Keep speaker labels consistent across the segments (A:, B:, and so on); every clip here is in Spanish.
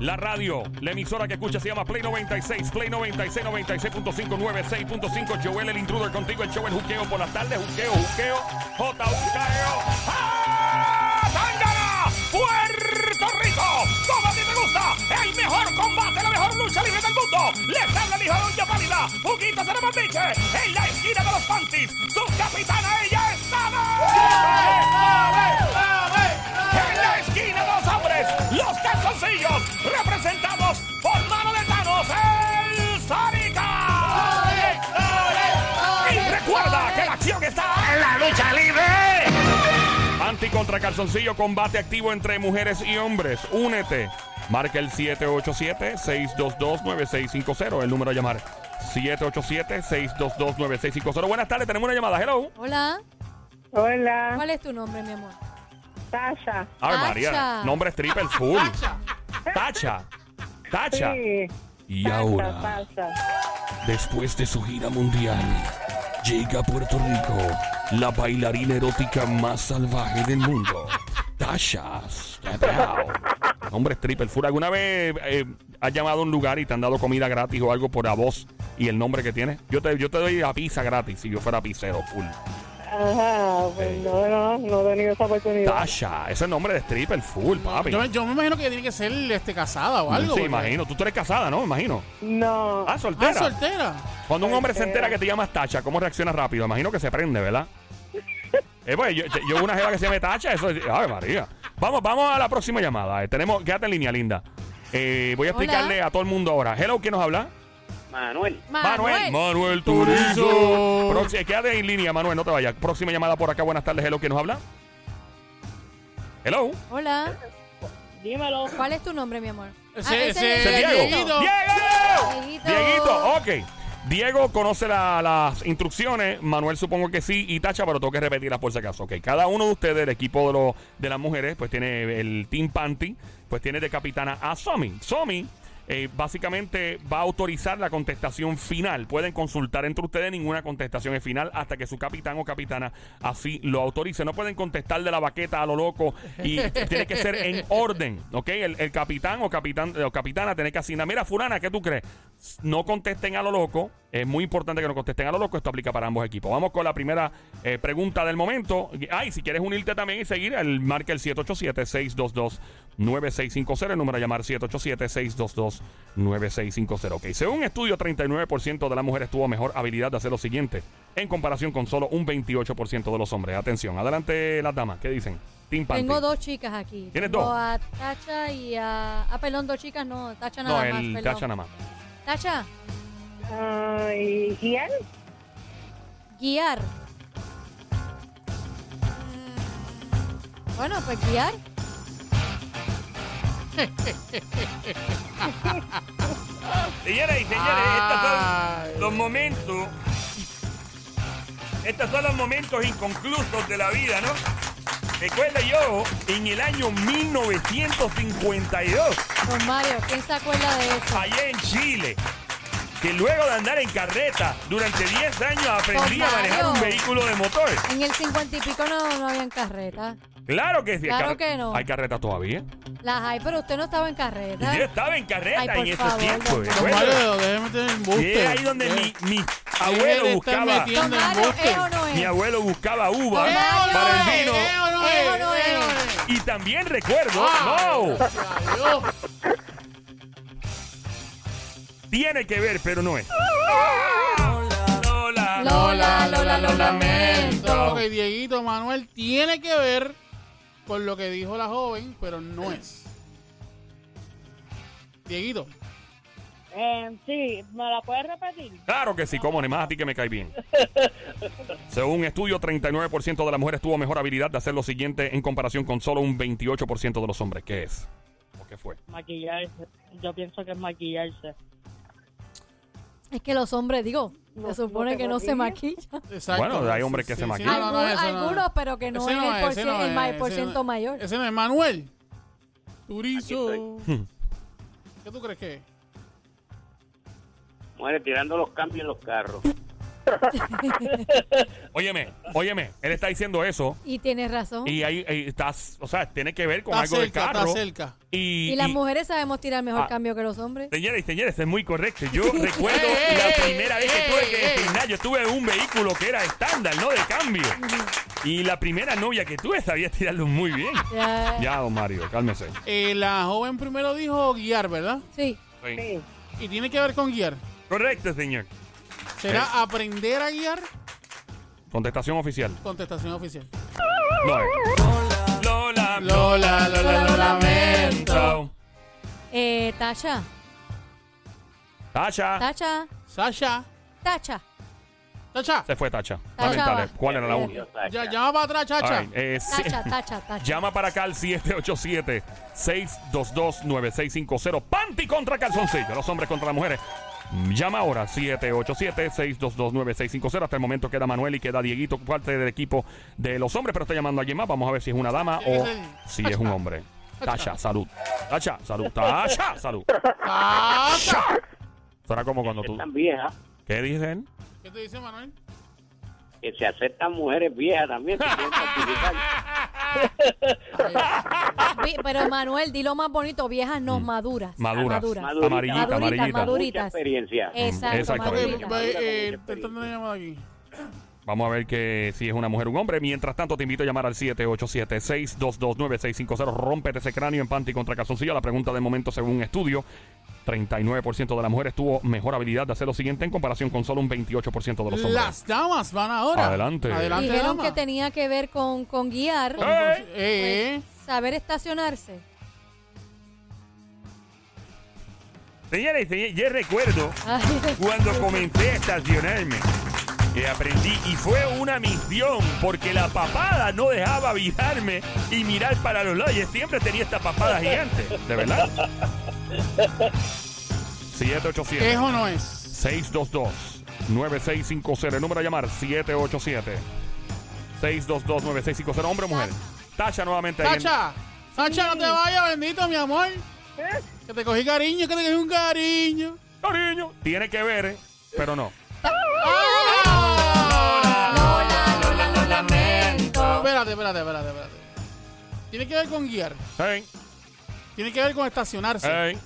A: La radio, la emisora que escucha se llama Play 96, Play 96, 96.5, 96.5. Joel, el intruder contigo, el show, el juqueo por las tardes, juqueo, juqueo, j E ¡Ah! ¡Tangana! ¡Puerto Rico! ¡Como a ti te gusta! ¡El mejor combate, la mejor lucha libre del mundo! ¡Les habla mi jarolla pálida! ¡Juguito Ceremambiche! ¡En la esquina de los panties! ¡Su capitana, ella es Tana! ¡En la esquina de los hombres! ¡Los calzoncillos! ¡Representados por mano de Thanos! ¡El Sónica! Y recuerda que la acción está en la lucha libre. Anti contra calzoncillo, combate activo entre mujeres y hombres. Únete. Marca el 787-622-9650. El número a llamar. 787-622-9650. Buenas tardes, tenemos una llamada. Hello.
B: Hola,
C: Hola,
B: ¿cuál es tu nombre, mi amor?
C: Tasha.
A: A ver,
B: Tacha.
A: María. Nombre es triple full. Tacha. Tacha.
C: Sí.
D: Y
C: Tasha,
D: ahora,
C: Tasha.
D: después de su gira mundial, llega a Puerto Rico la bailarina erótica más salvaje del mundo, Tasha Stepow.
A: Nombre es triple full. ¿Alguna vez eh, has llamado a un lugar y te han dado comida gratis o algo por la voz y el nombre que tienes? Yo te, yo te doy la pizza gratis si yo fuera pizzero full.
C: Ajá, pues no, no, no he tenido esa oportunidad.
A: Tasha, ese nombre de stripper full, papi.
E: Yo, me- yo me imagino que tiene que ser este, casada o algo.
A: sí,
E: porque-
A: imagino. Tú, tú eres casada, ¿no? Me imagino.
C: No,
A: Ah, soltera.
E: Ah, soltera.
A: Cuando un hombre se
C: soltera.
A: entera que te llamas Tacha, ¿cómo reaccionas rápido? Imagino que se prende, ¿verdad? eh, pues, yo, yo una jeva que se llame Tacha, eso es... ¡Ay, María! Vamos, vamos a la próxima llamada. Eh, tenemos... Quédate en línea, linda. Eh, voy a
B: Hola.
A: explicarle a todo el mundo ahora. Hello, ¿quién nos habla?
F: Manuel.
A: Manuel. Manuel Turizo.
E: Turizo.
A: Próxi- Quédate en línea, Manuel, no te vayas. Próxima llamada por acá. Buenas tardes. Hello, ¿quién nos habla? Hello.
B: Hola,
C: dímelo.
B: ¿cuál es tu nombre, mi amor?
E: Ese-
B: Ah,
E: ese-
B: es
E: ese
A: Diego.
E: Dieguito.
A: Diego.
B: Dieguito.
A: Dieguito, ok. Diego conoce la- las instrucciones, Manuel supongo que sí, y Tacha, pero tengo que repetirlas por si acaso. Ok, cada uno de ustedes, el equipo de, los de las mujeres, pues tiene el Team Panty, pues tiene de capitana a Somi. Somi eh, básicamente va a autorizar la contestación final. Pueden consultar entre ustedes, ninguna contestación es final hasta que su capitán o capitana así lo autorice. No pueden contestar de la baqueta a lo loco y tiene que ser en orden, ¿ok? El, el capitán o, capitán, eh, o capitana tiene que asignar. Mira, Fulana, ¿qué tú crees? No contesten a lo loco. Es muy importante que no contesten a lo loco. Esto aplica para ambos equipos. Vamos con la primera eh, pregunta del momento. Ay, si quieres unirte también y seguir, el marca el 787-622-9650. El número a llamar 787-622-9650. Ok, según un estudio, 39% de las mujeres tuvo mejor habilidad de hacer lo siguiente en comparación con solo un 28% de los hombres. Atención, adelante las damas. ¿Qué dicen? Team Panty.
B: Tengo dos chicas aquí.
A: ¿Tienes
B: Tengo
A: dos?
B: a Tacha y a... Ah, perdón, dos chicas no. Tacha
A: No,
B: nada
A: el
B: más, perdón.
A: Tacha nada más.
B: Tacha,
C: Ah, ¿Y quién?
B: guiar. Bueno, pues guiar.
A: Señoras y señores,
E: Ah.
A: estos son los momentos. Estos son los momentos inconclusos de la vida, ¿no? Recuerda yo, en el año 1952,
B: Don Mario, ¿quién se acuerda de eso?
A: allá en Chile, que luego de andar en carreta durante 10 años aprendí a
B: Don
A: manejar un
B: Mario.
A: vehículo de motor.
B: En el cincuenta y pico no, no habían carreta.
A: Claro que sí. hay
B: Claro
A: carre-
B: que no.
A: Hay carreta todavía.
B: Las hay, pero usted no estaba en carreta.
A: Yo estaba en carreta
B: Ay, por
A: en esos
B: favor,
A: tiempos.
B: don
A: ¿de
B: Mario.
E: Don
A: acuerdo?
E: Mario, déjeme tener embuste.
A: Y es ahí donde
E: Eh,
A: mi, mi
E: él
A: abuelo
E: está
A: buscaba.
B: Don
E: metiendo
B: Mario,
E: embuste.
B: ¿es o no es?
A: Mi abuelo buscaba uva
B: Don Mario.
A: para el
E: Eh,
A: vino.
E: eh, o no
B: Eh, o
E: es,
B: no
E: eh,
B: es.
E: o no es.
A: Y también recuerdo,
E: Ah,
A: no,
E: adiós.
A: tiene que ver, pero no es.
E: eh,
B: Lola, Lola, lo
E: Ok,
B: lamento.
E: Dieguito Manuel tiene que ver con lo que dijo la joven, pero no es. Dieguito,
C: Eh, sí, ¿me la puedes repetir?
A: Claro que sí, cómo ni más a ti que me cae bien. Según un estudio, 39% de las mujeres tuvo mejor habilidad de hacer lo siguiente en comparación con solo un 28% de los hombres. ¿Qué es? ¿O qué fue?
C: Maquillarse. Yo pienso que es maquillarse.
B: Es que los hombres, digo, se supone
C: no te
B: que no se maquillan.
E: exacto.
A: Bueno, hay hombres que se maquillan.
E: no, no,
B: Algu-
E: eso no es.
B: algunos, pero que no
E: Ese
B: es el,
E: es,
B: por,
E: ese no
B: el ma-
E: es,
B: por
E: ese no
B: ciento
E: es.
B: mayor.
E: Ese no es Manuel. Turizo.
A: estoy.
E: ¿Qué tú crees que es?
F: Muere tirando los cambios en los carros.
A: Óyeme, óyeme, él está diciendo eso
B: Y tienes razón. Y,
A: y ahí, ahí estás, o sea, tiene que ver con
E: Está
A: algo del
E: cerca,
A: carro.
E: está cerca.
A: Y,
B: las
A: y-
B: mujeres sabemos tirar mejor
A: Ah.
B: cambio que los hombres.
A: Señores y señores, es muy correcto. Yo recuerdo
E: ¡Ey,
A: la
E: ey,
A: primera vez que
E: ey,
A: tuve que
E: ey!
A: designar. Yo tuve un vehículo que era estándar, no de cambio. Y la primera novia que tuve sabía tirarlo muy bien.
B: Ya-
A: Ya, don Mario, cálmese.
E: Eh, la joven primero dijo guiar, ¿verdad?
B: Sí.
C: Sí.
E: Y tiene que ver con guiar.
A: Correcto, señor.
E: ¿Será
A: Sí.
E: aprender a guiar?
A: Contestación oficial.
E: Contestación oficial.
A: No es. Lola,
E: Lola,
B: Lola, lo
A: Lola.
B: lamento. Eh, tacha,
A: Tacha.
B: tacha,
E: Sasha.
B: tacha.
E: Chacha.
A: Se fue Tacha.
B: Tacha
A: Lamentable.
B: va. Eh,
A: ¿Cuál era la uno?
E: Ya, llama para atrás, chacha.
A: All right, eh, sí.
B: Tacha, tacha, tacha.
A: Llama para acá al 787-622-9650. Panty contra calzoncillo. Los hombres contra las mujeres. Llama ahora 787-622-9650. Hasta el momento queda Manuel y queda Dieguito, parte del equipo de los hombres, pero está llamando a alguien más. Vamos a ver si es una dama
E: Tiene
A: o
E: que ser
A: si es un hombre. Tasha, salud. Tasha, salud. Tasha, salud.
E: Chacha.
A: Suena como cuando tú...
F: aceptan viejas,
A: ¿Qué dicen?
E: ¿Qué te dice Manuel?
F: que se aceptan mujeres viejas también. que quieren participar.
B: Vi- Pero Manuel, di lo más bonito, viejas no, maduras.
A: Maduras.
B: Maduras.
F: Maduritas.
A: Amarillita,
B: Maduritas,
A: amarillita.
B: maduritas.
F: Mucha experiencia.
B: Exacto,
A: Exactamente.
E: Ok,
A: Manuelita.
B: maduritas.
E: va, eh,
F: Manuelita.
E: te están dando llamada aquí.
A: Vamos a ver que si es una mujer o un hombre. Mientras tanto, te invito a llamar al 787-622-9650. Rómpete ese cráneo en panty contra calzoncillo. La pregunta del momento, según un estudio, 39% de las mujeres tuvo mejor habilidad de hacer lo siguiente en comparación con solo un 28% de los hombres.
E: Las damas van ahora.
A: Adelante.
E: Adelante,
B: Dijeron
E: dama.
B: que tenía Pues, que ver con, con guiar,
E: Con-
A: ¡Eh!
E: con- eh, eh.
B: saber estacionarse.
A: Señores y señores, yo recuerdo
B: Ay,
A: cuando comencé a estacionarme. Que aprendí y fue una misión porque la papada no dejaba virarme y mirar para los lados. Yo siempre tenía esta papada gigante, de verdad. 787.
E: ¿Es o no es?
A: 622-9650. El número a llamar, 787. 622-9650. Hombre o mujer. Tacha nuevamente. ahí en-
E: Sacha. Sacha, no te vayas, bendito, mi amor. Que te cogí cariño, que te cogí un cariño.
A: Cariño. Tiene que ver, eh, pero no.
E: ¡Ah!
B: lo lamento.
E: Espérate, espérate, espérate, espérate. Tiene que ver con guiar.
A: Ey,
E: Tiene que ver con estacionarse.
A: ey.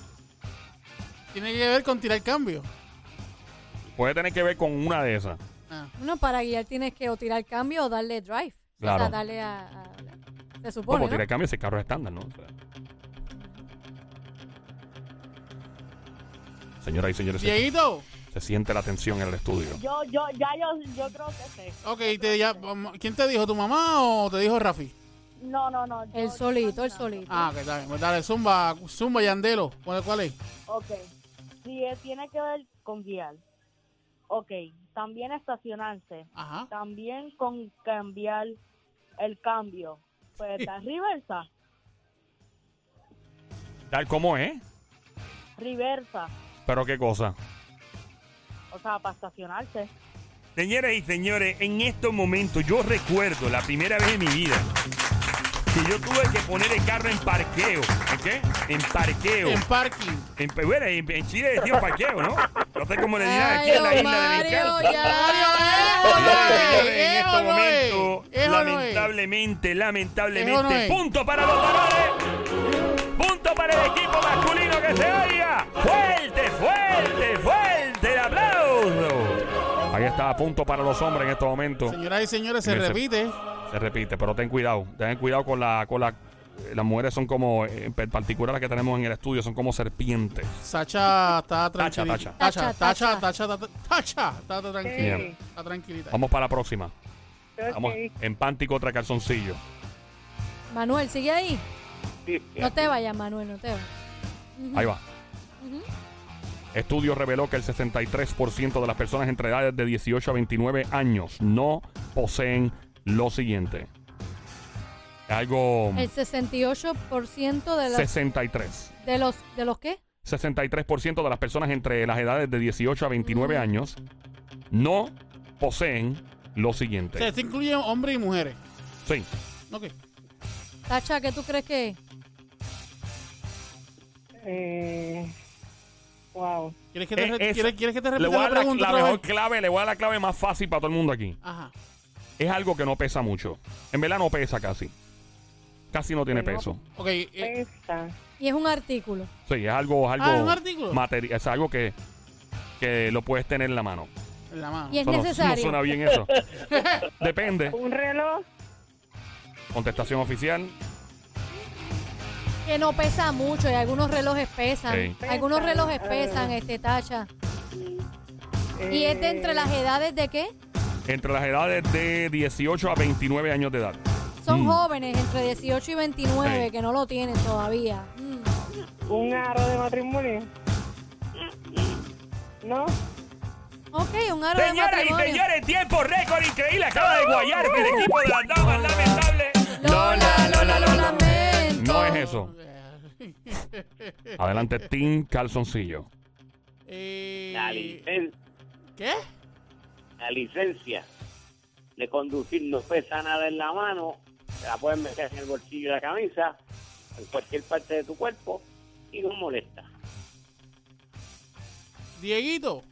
E: Tiene que ver con tirar cambio.
A: Puede tener que ver con una de esas.
E: Ah.
B: No, para guiar tienes que o tirar cambio o darle drive. O
A: Claro.
B: sea, darle a... a- se
A: No,
B: supone,
A: pues
B: ¿no?
A: tirar cambio ese carro es estándar, ¿no? O sea. Señoras y señores, se,
E: Dieguito.
A: se siente la tensión en el estudio.
C: Yo, yo, ya yo, yo creo que sé.
E: Ok, te, ya, ¿quién te dijo? ¿Tu mamá o te dijo Rafi?
C: No, no, no. yo-
B: El solito, el solito.
E: Ah, que está bien. Pues dale, Zumba, Zumba Yandelo. ¿Cuál, cuál es?
C: Ok. Sí, eh, tiene que ver con guiar. Ok. También estacionarse.
E: Ajá.
C: También con cambiar el cambio. Pues está reversa.
A: Tal como es,
C: Reversa.
A: pero qué cosa.
C: O sea, para estacionarse.
A: Señoras y señores, en estos momentos yo recuerdo la primera vez en mi vida que yo tuve que poner el carro en parqueo. ¿En qué? En parqueo.
E: En parking.
A: En, bueno, en, en Chile decían parqueo, ¿no? No sé cómo le dirán
B: Ay,
A: aquí en la isla de
B: don
A: mi
B: Mario,
A: encanto.
B: ya.
A: Señoras y señores, en
E: ¿Eh
A: este
E: o no es?
A: momento,
E: ¿Eh o no es?
A: lamentablemente,
E: ¿Eh o no
A: lamentablemente,
E: es?
A: punto para los varones. Punto para el equipo masculino que se oiga. Fuerte, fuerte, fuerte el aplauso. Ahí está, punto para los hombres en este momento.
E: Señoras y señores, se
A: En ese-
E: repite.
A: Se repite, pero ten cuidado. Ten cuidado con la. Con la las mujeres son como, eh, en particular las que tenemos en el estudio, son como serpientes.
E: Sacha está
A: Tacha,
E: tranquilita.
B: tacha.
E: tacha, tacha, tacha, tacha, está tranquila.
A: Bien.
E: Está tranquilita.
A: Vamos para la próxima.
C: Ok.
A: Vamos en pántico contra calzoncillo.
B: Manuel, sigue ahí. Eh, No te vayas, Manuel, no te vayas.
A: Ahí va. Estudio reveló que el 63% de las personas entre edades de 18 a 29 años no poseen lo siguiente. Algo
B: El 68% de los,
A: 63.
B: de los... ¿De los qué?
A: 63% de las personas entre las edades de 18 a 29 años no poseen lo
E: O
A: siguiente.
E: sea, esto incluye hombres y mujeres.
A: Sí.
E: Ok.
B: Tacha, ¿qué tú crees que es?
C: Eh, Wow.
E: ¿Quieres que te,
A: Eh,
E: re-
A: esa-
E: quieres- quieres que te
A: Le
E: repita
A: voy a
E: la
A: dar la,
E: pregunta
A: la
E: otra
A: mejor
E: vez?
A: clave, le voy a dar la clave más fácil para todo el mundo aquí.
E: Ajá.
A: Es algo que no pesa mucho. En verdad no pesa casi. Casi no tiene
C: Que no
A: peso.
E: Ok. eh,
C: Esta.
B: Y es un artículo.
A: Sí, es algo, es algo
E: Ah, ¿es un artículo?
A: materi- es algo que, que lo puedes tener en la mano.
E: en la mano.
B: Y es
A: Eso no- No,
B: necesario.
A: suena bien eso. Depende.
C: Un reloj.
A: Contestación oficial.
B: Que no pesa mucho y algunos relojes pesan.
A: Sí.
B: Algunos
C: Pesan,
B: relojes
C: ah.
B: pesan, este tacha. ¿Y
C: eh,
B: es de entre las edades de qué?
A: Entre las edades de 18 a 29 años de edad.
B: Son
A: Mm.
B: jóvenes entre 18 y 29
A: Sí.
B: que no lo tienen todavía. Mm.
C: Un aro de matrimonio. ¿No?
B: Ok, un aro de
A: Señoras y
B: matrimonio.
A: señores, tiempo récord increíble. Acaba de guayar el equipo de las damas, lamentable.
B: Lola, Lola, lo lamento.
A: No es eso. Adelante, Team Calzoncillo.
E: Eh,
F: La, licen-
E: ¿Qué?
F: la licencia de conducir no pesa nada en la mano, te la puedes meter en el bolsillo de la camisa, en cualquier parte de tu cuerpo y no molesta.
E: Dieguito.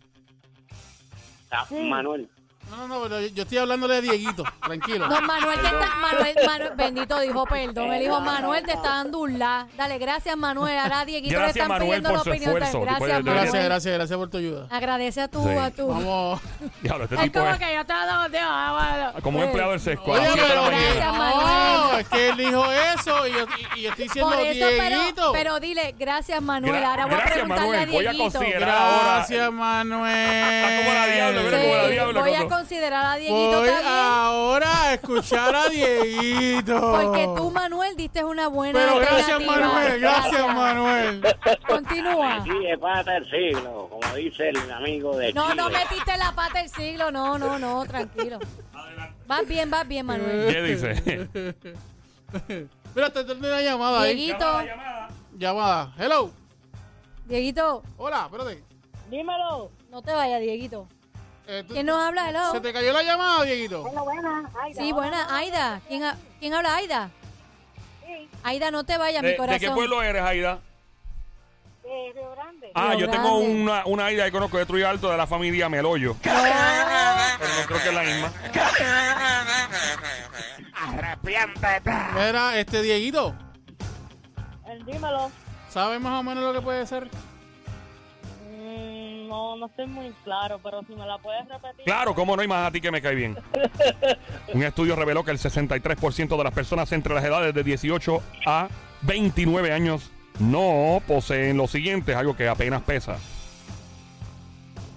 F: Ah, Manuel,
E: No, no, no, pero yo, yo estoy hablándole de Dieguito. tranquilo.
B: No, Manuel te está. Manuel, Manuel- bendito dijo perdón. El hijo Manuel te está dando un la. Dale, gracias, Manuel. Ahora a Dieguito
A: Gracias,
B: le están
A: Manuel,
B: pidiendo
A: por
B: la
A: su
B: opinión.
A: esfuerzo. Después
B: Gracias,
A: de-
B: Manuel.
E: Gracias, gracias, gracias por tu ayuda.
B: Agradece a tú,
A: Sí.
B: a tú.
E: Vamos.
A: Diablo, este
B: Es
A: tipo
B: como
A: es
B: que yo te dado, tío. ah, bueno.
A: como un
B: Sí.
A: empleado del sesco. a
E: Oye,
A: las siete de la
E: pero-
A: mañana.
B: Gracias, Manuel.
E: No, es que él dijo eso y yo, y- y yo estoy diciendo
B: Por eso, pero,
E: Dieguito.
B: pero dile, gracias, Manuel.
A: Gra-
B: Ahora voy a
A: gracias,
B: preguntarle
A: Manuel.
B: a
A: Voy a
B: Dieguito.
A: considerar
E: Gracias,
A: ahora-
E: Manuel.
A: Está como la diabla, mira
B: Sí,
A: como la diabla,
B: voy a
A: Coco.
B: considerar a Dieguito
E: Voy
B: también.
E: ahora a escuchar a Dieguito.
B: Porque tú, Manuel, diste una buena
E: Oh. Pero gracias,
B: alternativa.
E: Manuel. Gracias, Manuel.
B: Continúa.
F: aquí de pata el siglo, como dice el amigo de
B: No,
F: Chile.
B: no metiste la pata del siglo. No, no, no, tranquilo. Vas bien, vas bien, Manuel.
A: ¿Qué dice?
E: Mira, te tengo una llamada ahí.
B: Dieguito,
E: Llamada. Hello.
B: Dieguito,
E: Hola, espérate.
C: Dímelo.
B: no te vayas, Dieguito.
E: Eh, tú-
B: ¿Quién nos habla,
E: ¿Se
B: hello?
E: te cayó la llamada, Dieguito?
C: Hola, buena. Ay,
B: Sí, buena, Aida. ¿Quién, ha- quién habla, Aida?
C: Sí,
B: Aida, no te vayas,
A: ¿De,
B: mi
A: de
B: corazón.
A: qué pueblo eres, Aida?
C: de Río Grande.
A: Ah,
B: Río
A: yo tengo
B: Grande.
A: una, una Aida que conozco de Trujillo Alto de la familia Meloyo. Pero no creo que es la misma.
E: Mira, este Dieguito,
C: Eh, Dímelo.
E: ¿sabes más o menos lo que puede ser?
C: Mm, no, no estoy muy claro, pero si me la puedes repetir.
A: Claro, cómo no hay más a ti que me cae bien. Un estudio reveló que el 63% de las personas entre las edades de 18 a 29 años no poseen lo siguiente, es algo que apenas pesa.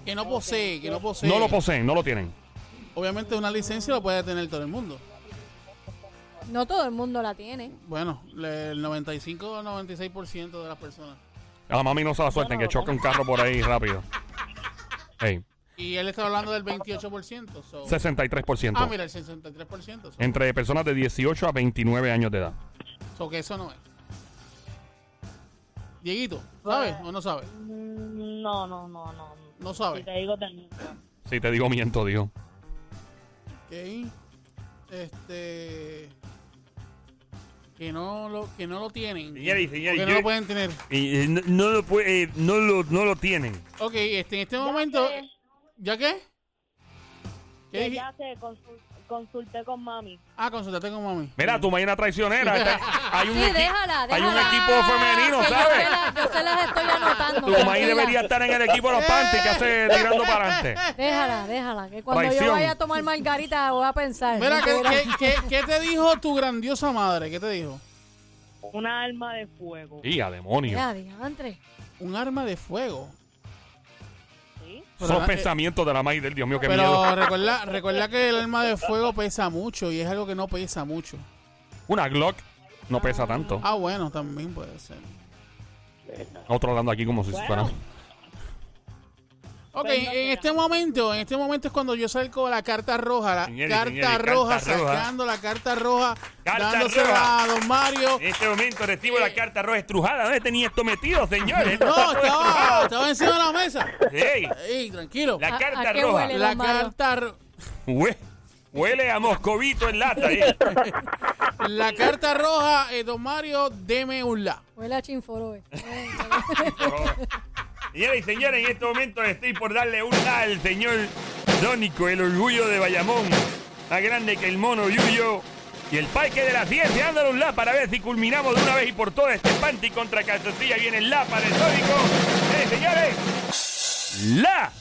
E: Que no posee, que no posee.
A: No lo poseen, no lo tienen.
E: Obviamente una licencia lo puede tener todo el mundo.
B: No todo el mundo la tiene.
E: Bueno, le- el 95 o 96% de las personas.
A: A la mami no se la suelten, que choque un carro por ahí rápido. Ey,
E: Y él está hablando del 28%. so- Ah,
A: 63%.
E: mira, el 63%. So,
A: Entre personas de 18 a 29 años de edad.
E: so que eso no es. Dieguito, ¿sabes o no sabes?
C: Mm, No, no, no, no.
E: No
C: Si
E: sabes.
C: te digo, te miento.
A: Si te digo miento, Dios.
E: Ok. Este. Que no lo, que no lo tienen.
A: Señores y señores,
E: O que no lo
A: yo-
E: pueden tener.
A: no, lo, eh, no, lo, no lo tienen.
E: Ok, este, en este momento.
C: sé.
E: ¿Ya qué? ¿Qué
C: Que
E: dije?
C: ya se consul- consulté con mami.
E: Ah, consultate con mami.
A: Mira, tu mañana traicionera. está- hay un
B: Sí,
A: equi-
B: déjala, déjala.
A: Hay un equipo femenino,
B: Que yo
A: ¿sabes?
B: se la- Yo se las estoy anotando.
A: Tu maíz
B: tranquila.
A: debería estar en el equipo
E: Eh.
A: de los panties que hace tirando para adelante.
B: Déjala, déjala. Que cuando
A: Traición.
B: yo vaya a tomar margarita voy a pensar.
E: Mira, ¿qué,
B: Mira.
E: qué, qué- qué te dijo tu grandiosa madre? ¿Qué te dijo?
C: Una arma de fuego.
A: Tía, demonio.
B: Mira, diantre.
E: Un arma de fuego.
C: ¿Sí?
E: Pero
A: Son
E: la- eh,
A: pensamientos de la maíz del Dios mío, qué miedo.
E: Pero recuerda, recuerda que el arma de fuego pesa mucho y es algo que no pesa mucho.
A: Una Glock no pesa tanto.
E: Ah, bueno, también puede ser.
A: Otro hablando aquí como si fuera.
B: Pues
E: Ok, en este momento, en este momento es cuando yo salgo la carta roja, la
A: Señores,
E: carta
A: señores, carta
E: roja,
A: roja.
E: sacando la carta roja,
A: Carta
E: dándosela
A: roja.
E: a don Mario.
A: En este momento recibo la carta roja estrujada. ¿Dónde tenía esto metido, señores?
E: No, estaba, estaba encima de la mesa.
A: Ey,
E: Ey, tranquilo.
A: La
B: ¿A-
A: carta
B: Ah, a qué
A: roja.
B: huele, don
E: La
B: Mario?
E: carta, ro-
A: hue- Huele a moscovito en lata. eh.
E: la carta roja, eh, don Mario, deme un la.
B: Huele a chinforo, eh.
A: Señoras y señores, en este momento estoy por darle un A al señor Dónico, el orgullo de Bayamón. Más grande que el mono Yuyo. Y el parque de las 10, y ándale un la para ver si culminamos de una vez y por todas este panty contra calzoncilla. Viene el la para el Dónico. Señores, señores, la.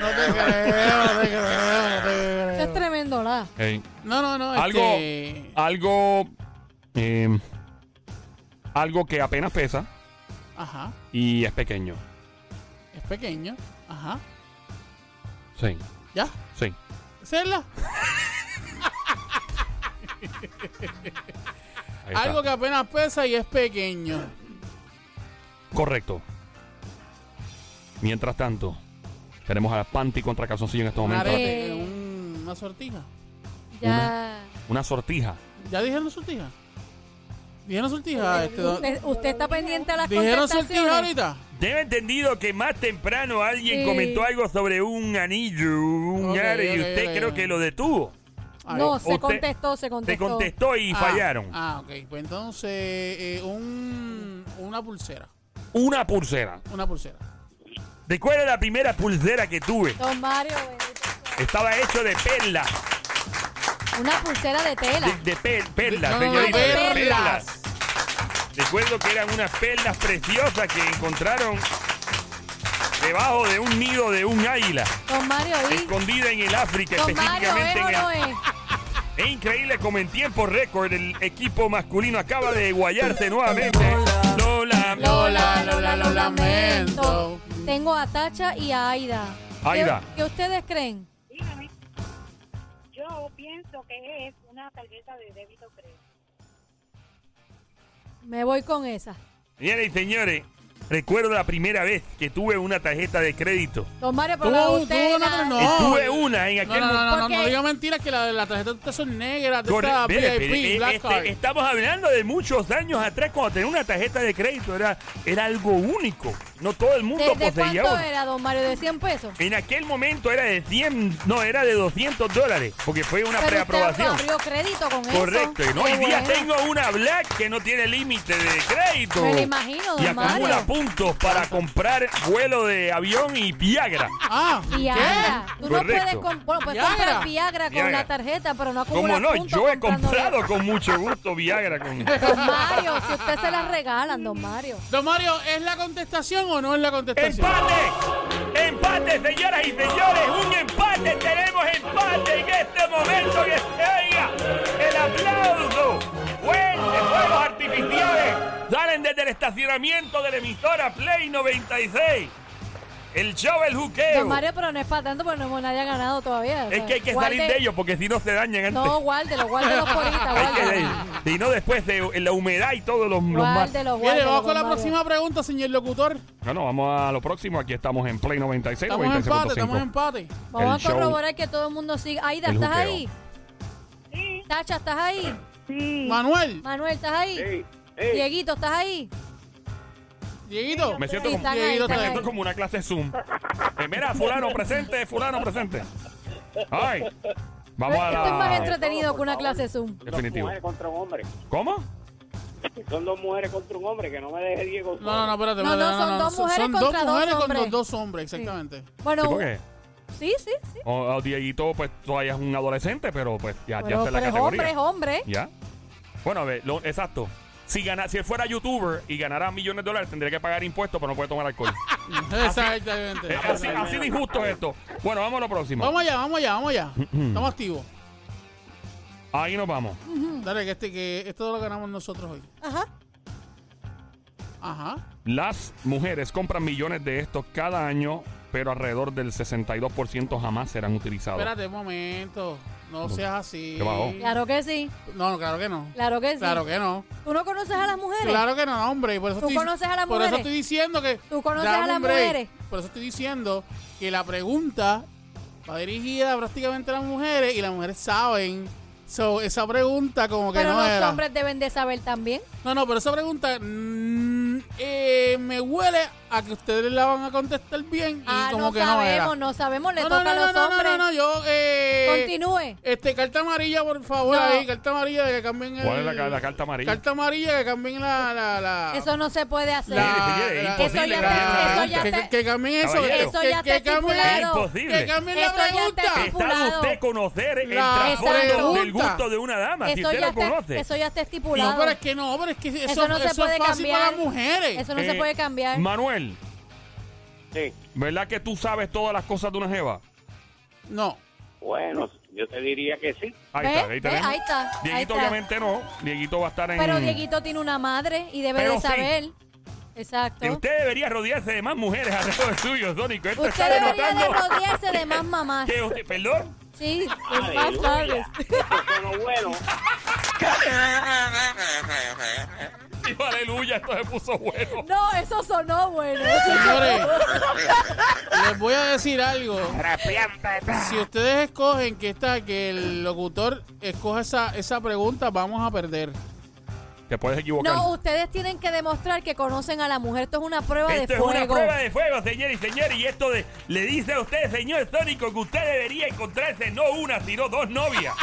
E: No te creo, no te creo, no te
B: Esto es
E: creo.
B: tremendo, la.
G: Ey.
E: No, no, no.
G: Algo,
E: este-
G: algo, eh, algo que apenas pesa
E: Ajá.
G: y es pequeño.
E: Es pequeño. Ajá.
G: Sí,
E: Ya.
G: sí.
E: Hacerla.
G: Ahí está.
E: Algo que apenas pesa y es pequeño.
G: Correcto. Mientras tanto, tenemos a la panty contra calzoncillo en este
E: Una,
G: momento.
B: Una
E: arete,
B: vez.
E: un- una sortija.
B: Ya.
G: Una sortija.
E: ¿Ya dijeron sortija? ¿Dijeron sortija? Este, do-
B: Usted, usted está pendiente a las
E: ¿Dijeron sortija
B: contestaciones.
E: ahorita?
A: Tengo entendido que más temprano alguien
B: Sí.
A: comentó algo sobre un anillo, un
E: Ok,
A: aro, y
E: ok,
A: usted
E: ok,
A: creo
E: ok.
A: que lo detuvo.
E: A
B: No,
E: ver.
B: se
A: Usted-
B: contestó, se
A: Te
B: contestó.
A: contestó y
E: Ah,
A: fallaron.
E: Ah, ok. Pues entonces, eh, un, una pulsera.
G: Una pulsera.
E: Una pulsera.
A: Recuerda la primera pulsera que tuve.
B: Don Mario, bendito.
A: Estaba hecho de perlas.
B: una pulsera de tela.
A: De, de per- perlas,
E: No, no, no,
A: señorita.
E: perlas.
A: Recuerdo que eran unas perlas preciosas que encontraron debajo de un nido de un águila,
B: Don Mario, ¿y?
A: escondida en el África,
B: Don Mario,
A: específicamente
B: ¿es
A: en
B: o
A: el
B: ¿eh? no es?
A: Es increíble como en tiempo récord el equipo masculino acaba de guayarse nuevamente. Lola.
E: Lola, Lola, lo lamento.
B: Tengo a Tacha y a Aida. ¿Qué-
G: Aida.
B: ¿Qué, ustedes creen?
C: Dígame. Yo pienso que es una tarjeta de débito crédito.
B: Me voy con esa.
A: Señoras y señores, recuerdo la primera vez que tuve una tarjeta de crédito.
B: Don Mario, pero
E: Tú,
B: la de
E: tú,
B: usted.
E: no,
B: la-
E: pero no.
A: Y tuve una en
E: No,
A: aquel
E: no, no, no, no,
B: Porque-
E: no diga mentiras que la, la tarjeta de usted son negras, de
A: Corre-
E: esta
A: Mire,
E: VIP,
A: mire,
E: Black
A: este,
E: Card.
A: estamos hablando de muchos años atrás cuando tenía una tarjeta de crédito. Era, era algo único. No todo el mundo
B: ¿De, de
A: poseía
B: cuánto
A: una.
B: era, don Mario? ¿De 100 pesos?
A: En aquel momento era de 100, no, era de 200 dólares, porque fue una
B: pero usted
A: preaprobación.
B: abrió crédito con eso.
A: Correcto, y no, hoy
B: Qué
A: día
B: bueno.
A: tengo una Black que no tiene límite de crédito.
B: Me lo imagino,
A: Y
B: don
A: acumula
B: Mario.
A: puntos para comprar vuelo de avión y Viagra.
E: Ah,
B: Viagra. Tú no
A: Correcto.
B: puedes, com- bueno, puedes
E: Viagra.
B: comprar Viagra con
A: Viagra.
B: la tarjeta, pero no acumulas
A: Como no,
B: puntos
A: yo he
B: comprando
A: comprado con mucho gusto Viagra. Con...
B: Don Mario, si usted se las regalan, don Mario.
E: Don Mario, ¿es la contestación o no es la contestación?
A: ¡Empate! ¡Empate, señoras y señores! ¡Un empate! ¡Tenemos empate en este momento! ¡Que se oiga el aplauso! ¡Fuerte! ¡Fuegos artificiales! ¡Salen desde el estacionamiento de la emisora Play 96! ¡El show, el
B: Don
A: juqueo!
B: Mario, pero no es para tanto porque no hemos nadie ha ganado todavía. o
A: Es
B: sea,
A: que hay que
B: guarde-
A: salir de ellos porque si no se dañan antes.
B: No, guárdelo, guárdelo por ahorita,
A: Hay que
B: guárdelo.
A: de- si no, después de la humedad y todos los, los más.
B: Guárdelo,
E: Viene,
B: guárdelo,
E: vamos con
B: don
E: la
B: Mario.
E: próxima pregunta, señor locutor.
G: No, no, vamos a lo próximo. Aquí estamos en Play 96,
E: Estamos en empate, estamos
G: 96.5.
E: en empate.
B: Vamos
G: El
B: a
G: show.
B: corroborar que todo el mundo siga. Aida,
G: El
B: ¿estás
G: juqueo.
B: ahí? Sí. Tacha, ¿estás ahí?
C: Sí.
E: Manuel,
B: Manuel, ¿estás ahí?
F: Sí, sí.
B: Dieguito, ¿estás ahí?
E: Dieguito.
G: Me siento
B: Sí,
G: como...
B: están ahí,
E: Dieguito,
B: están
G: me
B: ahí.
G: siento como una clase Zoom. Eh, mira, fulano presente, fulano presente. Ay, vamos a
B: Esto es más
G: la...
B: entretenido que una
F: Por favor.
B: clase Zoom.
F: Dos
G: Definitivo.
F: mujeres contra un hombre.
G: ¿Cómo?
F: Son dos mujeres contra un hombre, que no me deje Diego. solo.
E: No, no, no, espérate.
B: No,
E: espérate,
B: no, son dos mujeres
E: son
B: contra
E: dos
B: dos
E: mujeres contra
B: hombres.
E: dos hombres, exactamente.
B: Bueno,
G: ¿Sí, por qué?
B: sí, sí, sí.
G: O, o Dieguito, pues todavía es un adolescente, pero pues ya, ya
B: Pero,
G: está en la
B: pero es
G: categoría.
B: hombre, es hombre.
G: ¿Ya? Bueno, a ver, lo- exacto. Si, gana, si él fuera youtuber y ganara millones de dólares, tendría que pagar impuestos, pero no puede tomar alcohol.
E: Exactamente.
G: Eh, así, así de injusto es esto. Bueno, vamos a lo próximo.
E: Vamos allá, vamos allá, vamos allá. Estamos activos.
G: Ahí nos vamos.
E: Dale, que, este, que esto lo ganamos nosotros hoy.
B: Ajá.
E: Ajá.
G: Las mujeres compran millones de estos cada año, pero alrededor del 62% jamás serán utilizados.
E: Espérate un momento. No seas así.
G: Ah, ¿Qué bajó?
B: Claro que sí,
E: No, no, claro que no.
B: claro que sí.
E: Claro que no.
B: ¿Tú no conoces a las mujeres?
E: Claro que no, hombre. Por eso
B: ¿Tú
E: estoy,
B: conoces a las
E: Por eso
B: mujeres?
E: estoy diciendo que.
B: ¿Tú conoces
E: Dame
B: a las
E: un break.
B: mujeres?
E: Por eso estoy diciendo que la pregunta va dirigida prácticamente a las mujeres y las mujeres saben. So, esa pregunta como que
B: Pero
E: no
B: los
E: era.
B: hombres deben de saber también.
E: No, no, pero esa pregunta mm, eh, me huele a que ustedes la van a contestar bien y
B: Ah,
E: como
B: no
E: que no era.
B: sabemos, no sabemos, le toca a los
E: no,
B: hombres.
E: no, no, yo eh,
B: Continúe.
E: Este, carta amarilla, por favor,
B: No.
E: ahí, carta amarilla, que cambien el-
A: ¿Cuál
B: Mm.
A: es la, ca- la carta amarilla?
E: Carta amarilla, que cambien la... la, la
B: Eso no se puede hacer.
E: la-
A: Sí, sí,
E: la-
A: es imposible,
E: la-
A: la-
B: eso ya
E: que-
B: está-
E: que, que cambien eso.
A: Caballero.
B: Eso
E: que,
B: ya
E: que
B: está
E: cambien,
A: Es
B: estipulado.
A: imposible.
E: que cambien la
B: Eso ya está
E: pregunta.
B: estipulado.
A: Está de usted conocer el
E: La
A: trasfondo
E: pregunta.
A: del gusto de una dama, si
B: Eso
A: usted
B: ya,
A: lo
B: está,
A: conoce.
B: eso ya está
E: No,
B: estipulado.
E: pero es que no, pero es que eso,
B: Eso no se
E: eso
B: puede
E: es fácil
B: cambiar.
E: para las mujeres.
B: Eso no
A: Eh,
B: se puede cambiar.
A: Manuel,
F: Sí.
A: ¿verdad que tú sabes todas las cosas de una jeva?
E: No.
F: Bueno, yo te diría que sí.
A: Ahí
B: ¿Ves?
A: está, ahí
B: ¿Ves?
A: tenemos.
B: Ahí está, ahí
A: Dieguito
B: está.
A: obviamente no. Dieguito va a estar en...
B: Pero Dieguito tiene una madre y debe
A: Mm. Pero
B: de
A: sí.
B: saber. Exacto.
A: Y usted debería rodearse de más mujeres alrededor suyo, Sónico. Esto
B: Usted
A: está
B: debería de
A: denotando
B: rodearse de más mamás.
A: que usted... ¿Perdón?
B: Sí,
E: Pues
B: de más padres.
F: Aleluya. Eso es lo bueno.
A: Dijo, aleluya, esto se puso bueno.
B: No, eso sonó bueno. Eso
E: Señores,
B: sonó bueno.
E: les voy a decir algo. Si ustedes escogen que está, que el locutor escoja esa, esa pregunta, vamos a perder.
A: Te puedes equivocar.
B: No, ustedes tienen que demostrar que conocen a la mujer. Esto es una prueba
A: Esto
B: de
A: es
B: fuego.
A: una prueba de fuego, señor y señor. Y esto de- le dice a usted, señor Sónico, que usted debería encontrarse no una, sino dos novias.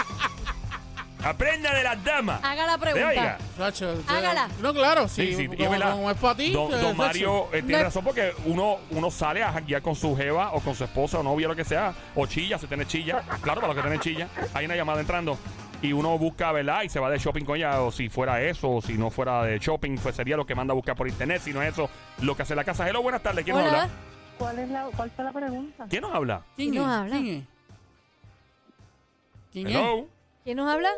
A: Aprenda de las damas.
B: Haga la
A: Te
B: pregunta.
A: oiga.
E: Chacho, ustedes-
B: Hágala.
E: No, claro,
A: Sí,
E: sí.
A: sí, y es
E: como,
A: verdad.
E: como es para ti.
A: Don,
E: eh,
A: don
E: chacho.
A: Mario eh, tiene
B: No es-
A: razón porque uno, uno sale a janguear con su jeva o con su esposa o novia, lo que sea, o chilla, si tiene chilla. Claro, para los que tienen chilla, hay una llamada entrando. Y uno busca, ¿verdad? Y se va de shopping con ella, o si fuera eso, o si no fuera de shopping, pues sería lo que manda a buscar por internet, si no es eso, lo que hace en la casa. Hello, buenas tardes, ¿quién nos
B: Hola.
A: habla?
C: ¿Cuál, es la, ¿Cuál fue la pregunta?
A: ¿Quién nos habla?
E: ¿Quién
B: No
E: es?
B: habla.
E: ¿Quién es? ¿Quién es?
A: Hello.
B: ¿Quién nos habla?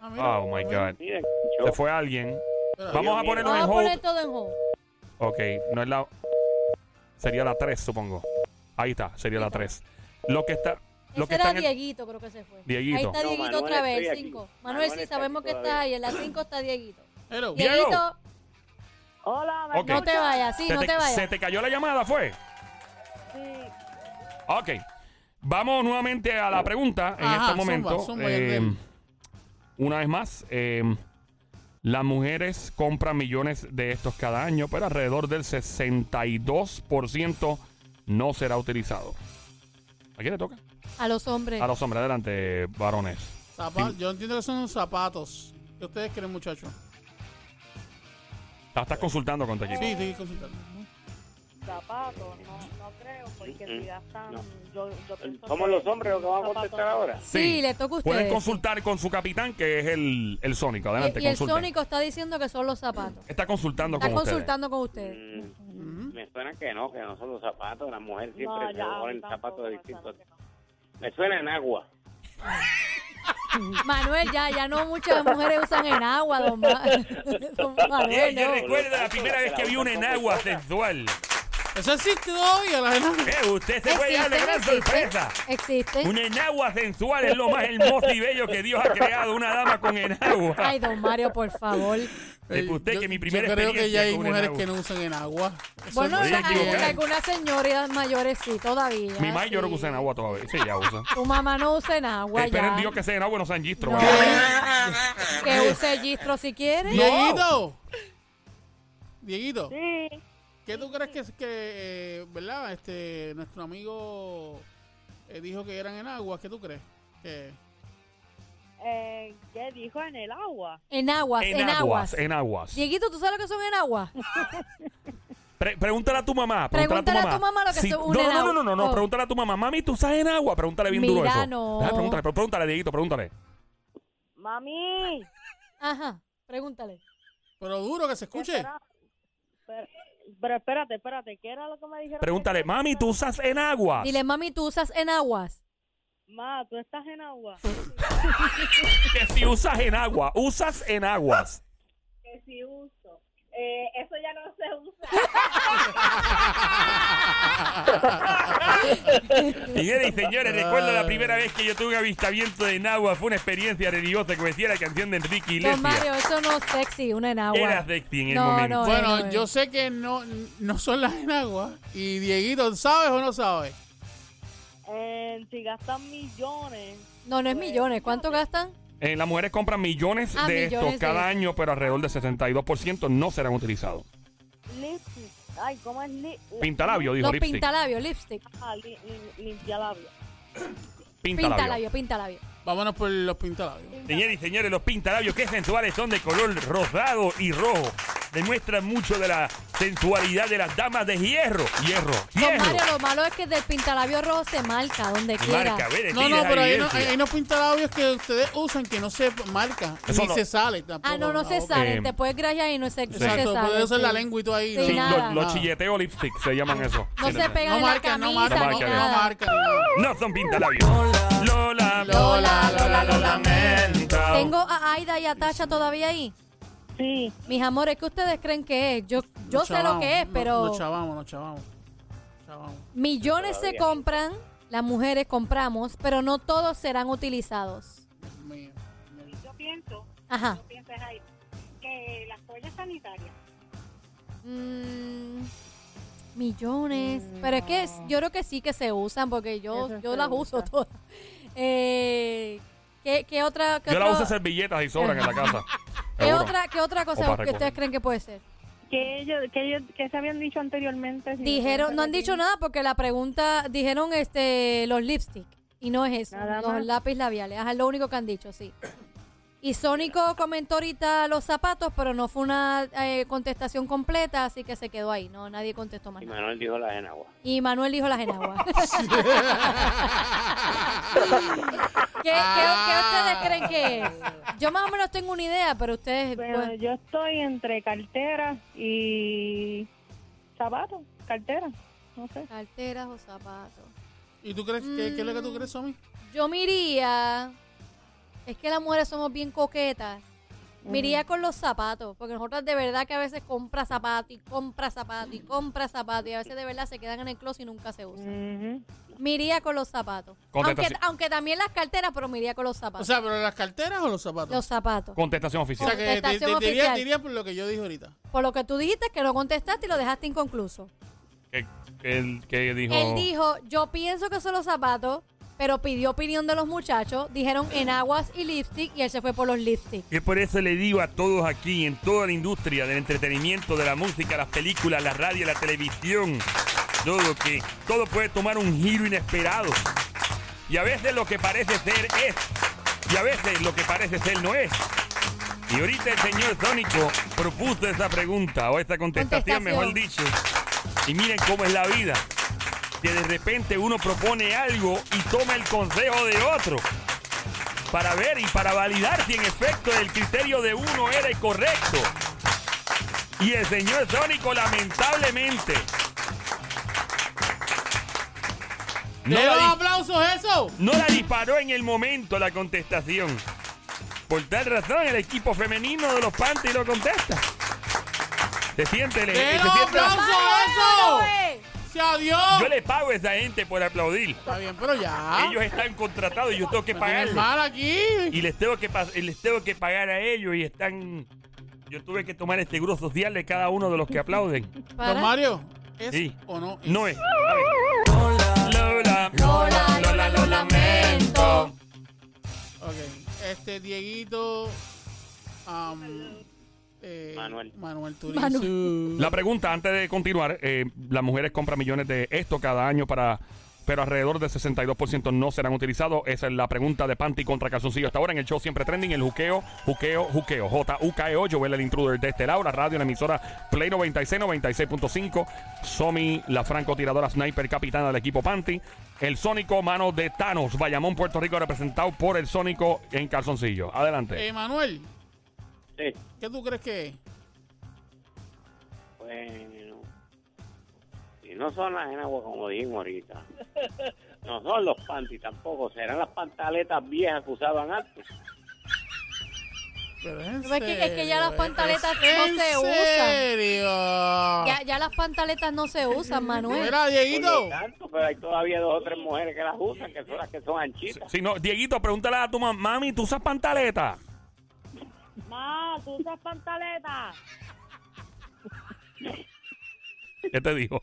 E: Ah, mira.
A: Oh my God.
F: Miren,
A: Se
F: yo,
A: fue alguien.
E: Espera,
A: Vamos a
F: Dios mío.
A: ponerlo en
B: Vamos a poner
A: hold.
B: todo en hold.
A: Ok, no es la. Sería la 3, supongo. Ahí está, sería la 3. Lo que está. Lo
B: Ese
A: que está
B: era
A: en el-
B: Dieguito, creo que se fue.
A: Dieguito.
B: Ahí está
F: No,
B: Dieguito
F: Manuel,
B: otra vez,
F: estoy
B: el
F: aquí.
B: 5. Manuel,
F: Manuel
B: sí,
F: está
B: sabemos
F: aquí
B: que
F: todavía.
B: está ahí. En la 5 está Dieguito.
E: Hello.
A: Diego.
B: Dieguito,
C: Hola,
A: Ok.
C: Manuel.
B: no te vayas, sí,
A: se,
B: no
A: te,
B: te
A: se
B: vayas.
A: te cayó la llamada, ¿fue?
C: Sí.
A: Ok. Vamos nuevamente a la pregunta en
E: Ajá,
A: este
E: zumba,
A: momento.
E: zumba,
A: Eh,
E: Yandel.
A: una vez más, eh, las mujeres compran millones de estos cada año, pero alrededor del 62% no será utilizado. ¿A quién le toca?
B: A los hombres.
A: A los hombres, adelante, varones.
E: Zapa- Yo entiendo que son zapatos. ¿Qué ustedes creen, muchachos?
A: La estás consultando con tu
E: Sí,
A: equipo.
E: estoy consultando.
C: Zapatos, no, no creo, porque si gastan,
F: No. Eh,
C: yo, yo pienso
F: somos
C: que
F: los hombres los que van a contestar
C: zapatos-
F: ahora.
B: sí,
A: sí.
B: le toca a
A: Pueden
B: ustedes.
A: consultar con su capitán, que es el, el Sónico. Adelante,
B: y, y el
A: consulten.
B: Sónico está diciendo que son los zapatos.
A: Está consultando
B: Está
A: con ustedes.
B: consultando con ustedes.
F: Mm, Me suena que no, que no son los zapatos. Las mujeres siempre
C: No,
F: se
C: ya, a mí
F: ponen
C: tampoco,
F: zapatos
C: claro
F: distintos.
C: que no.
F: Me suena en agua.
B: Manuel, ya, ya no muchas mujeres usan en agua, don, Ma- don Manuel.
A: Ella
B: no.
A: recuerda la primera vez que vi una enagua sensual.
E: Eso existe todavía, la gente.
A: Eh, usted se puede dar de gran
B: Existen,
A: sorpresa.
B: Existen.
A: Una enagua sensual es lo más hermoso y bello que Dios ha creado. Una dama con enagua.
B: Ay, don Mario, por favor.
A: De que eh, usted,
E: yo,
A: que mi primera
E: yo creo que
A: experiencia
E: ya hay
A: con el
E: mujeres
A: agua.
E: que no usan en agua. Eso
B: Bueno,
E: no
A: sí,
B: hay-
E: sé
B: hay
E: qué es.
A: equivocado.
B: algunas señoras mayores sí, todavía.
A: Mi madre yo
B: sí.
A: creo que usa enagua todavía. Sí, ya usa.
B: Tu mamá no usa en agua
A: Esperen
B: ya.
A: Dios que sea enagua y no sean gistro.
B: No.
A: ¿vale?
B: que use gistro si quiere.
E: Dieguito. Dieguito,
C: Sí,
E: ¿qué tú crees que, que eh, verdad, este, nuestro amigo eh, dijo que eran en agua? ¿Qué tú crees? Que,
C: eh, ¿qué dijo en el agua?
B: En aguas, en, aguas.
A: En aguas.
B: Dieguito, ¿tú sabes lo que son en agua?
A: Pre- pregúntale a tu mamá.
B: Pregúntale a tu mamá lo que
A: Sí,
B: se
A: no, no,
B: une en
A: no, no,
B: agua.
A: no, no, no,
B: Oh.
A: Pregúntale a tu mamá. Mami, ¿tú estás en agua? Pregúntale bien duro
B: Mira,
A: eso.
B: no.
A: Deja, Pregúntale, pero pregúntale, Dieguito, pregúntale.
C: Mami,
B: Ajá, pregúntale.
E: pero duro que se escuche.
C: espera, pero, pero espérate, espérate, ¿qué era lo que me dijeron?
A: Pregúntale,
C: Que-
A: mami, ¿tú usas en agua?
B: Dile, mami, ¿tú usas en aguas?
C: Ma, tú estás en agua.
A: Que si usas en agua, usas en aguas.
C: que sí uso. Eh, eso ya no se usa.
A: Señores y señores, recuerdo la primera vez que yo tuve un avistamiento de Nagua. Fue una experiencia religiosa que me decía la canción de Enrique
B: Don Mario,
A: Iglesias.
B: eso no es sexy, una en agua.
A: Era sexy en el
B: No,
A: momento.
B: no,
E: Bueno,
B: no, no.
E: yo sé que no, no son las en agua. Y Dieguito, ¿sabes o no sabes?
C: Eh, si gastan millones,
B: No, no es millones. ¿Cuánto gastan?
A: Eh, las mujeres compran millones
B: Ah,
A: de estos
B: millones de
A: cada
B: estos.
A: año, pero alrededor del 62% no serán utilizados.
C: lipstick. Ay, ¿cómo es li
A: Pintalabio, dijo
B: Los
A: Lipstick.
B: pintalabios, lipstick.
C: Ah, li- li- limpialabio.
A: Pinta labios.
B: Pintalabio, pintalabio.
E: Vámonos por los pintalabios.
A: Señores y señores, los pintalabios que sensuales son de color rosado y rojo. Demuestran mucho de la sensualidad de las damas de hierro. Hierro.
B: Don
A: Hierro.
B: Mario, lo malo es que del pintalabio rojo se marca donde quiera.
A: Marca, ver,
E: No, no, pero hay, unos- hay, hay unos pintalabios que ustedes usan que no se marca,
A: Eso
E: ni
A: no-
E: se sale tampoco.
B: Ah, no, no
E: de la
B: se
E: boca.
B: sale.
A: Eh,
B: Te puedes grajear y no se, no se
E: Exacto,
B: sale.
E: puede ser
B: sí.
E: la lengua y tú ahí.
B: Sí,
E: no-
A: Sí,
B: nada.
A: los, los
E: nada.
A: chilleteo lipstick se llaman eso.
B: No se pega
E: No
B: en la
E: marca,
B: camisa.
E: no marca,
A: no
E: no,
A: marca,
E: no
A: nada.
E: marca. no.
A: No son pintalabios. Lola,
E: Lola, Lola,
A: lo
E: lo
A: lamento.
E: lamento.
B: Tengo a Aida y a Tasha todavía ahí.
C: Sí,
B: Mis amores, ¿qué ustedes creen que es? Yo, yo
E: Nos
B: sé lo que es,
E: chavamos,
B: pero
E: no- Nos chavamos, nos chavamos. Chavamos.
B: millones se
F: Todavía.
B: compran, las mujeres compramos, pero no todos serán utilizados.
E: Dios mío.
H: Yo pienso,
B: Ajá.
H: yo pienso es ahí, que las toallas sanitarias,
B: Mm, millones. Pero es que es- yo creo que sí que se usan, porque
C: Mm, Eso
B: yo,
C: es
B: yo
C: que
B: las
C: se
B: uso
C: usa.
B: todas. Eh, ¿qué, qué otra, qué
A: Yo la
B: otro-
A: uso servilletas y sobran en la casa.
B: ¿qué,
A: Seguro.
B: otra, qué otra
A: O
B: cosa
A: para
B: que
A: recoger.
B: ustedes creen que puede ser?
H: que ellos, que ellos, que se habían dicho anteriormente. si me
B: Dijeron, no han
H: preguntas
B: dicho nada porque la pregunta, dijeron este los lipstick y no es eso,
C: Nada
B: los
C: más.
B: lápiz labiales, ajá, es lo único que han dicho, sí. Y Sónico comentó ahorita los zapatos, pero no fue una eh, contestación completa, así que se quedó ahí, no nadie contestó más
F: Y
B: nada.
F: Manuel dijo la enagua.
B: Y Manuel dijo las enaguas. ¿Qué, qué, qué ustedes creen que es? Yo más o menos tengo una idea, pero ustedes...
H: Bueno,
B: pues,
H: yo estoy entre cartera y zapatos, cartera, no sé.
B: carteras o zapatos.
E: ¿Y tú crees, qué, qué es lo que tú crees, Somi?
B: Yo miría. Es que las mujeres somos bien coquetas. Miría con los zapatos, porque nosotras de verdad que a veces compra zapatos y compra zapatos y compra zapatos y a veces de verdad se quedan en el closet y nunca se usan.
H: Ujú.
B: Miría con los zapatos. Aunque,
A: Contestación.
B: aunque también las carteras, pero miría con los
E: O
B: zapatos.
E: sea, ¿pero las carteras o los zapatos?
B: Mm. los zapatos.
A: Contestación
E: o
A: oficial.
E: sea, que te- te-
B: Contestación
E: diría,
B: oficial.
E: diría por lo que yo dije ahorita.
B: Por lo que tú dijiste que no contestaste y lo dejaste inconcluso.
A: Que, que él- que dijo.
B: Él dijo, yo pienso que son los zapatos, pero pidió opinión de los muchachos. Dijeron enaguas y lipstick y él se fue por los lipstick.
A: Que por eso le digo a todos aquí, en toda la industria del entretenimiento, de la música, las películas, la radio, la televisión, todo que todo puede tomar un giro inesperado. Y a veces lo que parece ser es, y a veces lo que parece ser no es. Y ahorita el señor Sónico propuso esa pregunta, o esa contestación,
B: Contestación.
A: mejor dicho. Y miren cómo es la vida. Que de repente uno propone algo y toma el consejo de otro para ver y para validar si en efecto el criterio de uno era el correcto. Y el señor Sónico, lamentablemente, no
E: ¡Le
A: la,
E: los
A: di-
E: aplausos eso!
A: no la disparó en el momento la contestación. Por tal razón, el equipo femenino de los Panthers lo contesta. Se siente, le-
E: ¡Le
A: se
E: los
A: siente-
E: aplausos eso! ¡Sea Dios!
A: Yo le pago a esa gente por aplaudir.
E: Está bien, pero ya.
A: Ellos están contratados y yo tengo que
E: Me tienes
A: pagarles.
E: mal aquí.
A: y les tengo que pas- y les tengo que pagar a ellos y están yo tuve que tomar el seguro social de cada uno de los que aplauden
B: Para.
E: Don Mario, ¿es
A: Sí. Mm.
E: o no es?
A: no es A ver. Lola
B: Lola, Lola, lo lamento.
E: Ok. Este, Dieguito... am, eh,
F: Manuel.
E: Manuel Turizo.
A: la pregunta antes de continuar eh, las mujeres compran millones de esto cada año para pero alrededor del 62% no serán utilizados. Esa es la pregunta de Panty contra Calzoncillo. Hasta ahora en el show siempre trending, el juqueo, juqueo, juqueo. J-U-K-E-O, E Joel el intruder de este lado, la radio, la emisora Play 96, 96.5. Somi, la francotiradora sniper capitana del equipo Panty. El Sónico, mano de Thanos, Bayamón, Puerto Rico, representado por el Sónico en Calzoncillo. Adelante.
E: Eh, Manuel,
F: Sí,
E: ¿qué tú crees que es?
F: bueno. Y no son las enaguas como dijimos ahorita. No son los panties tampoco, serán las pantaletas viejas que usaban antes.
E: Pero en
B: Pero es que- es que ya las
E: serio,
B: pantaletas
E: ¿es
B: no se usan.
E: ¿En serio?
B: Ya, ya las pantaletas no se usan, Manuel.
E: Mira,
F: Por
E: Dieguito.
F: lo tanto, pero hay todavía dos o tres mujeres que las usan, que son las que son
A: Si-
F: anchitas.
A: Si no, Dieguito, pregúntale a tu mamá, mami, ¿tú usas pantaleta?
C: ma, tú usas pantaletas.
A: ¿Qué te dijo?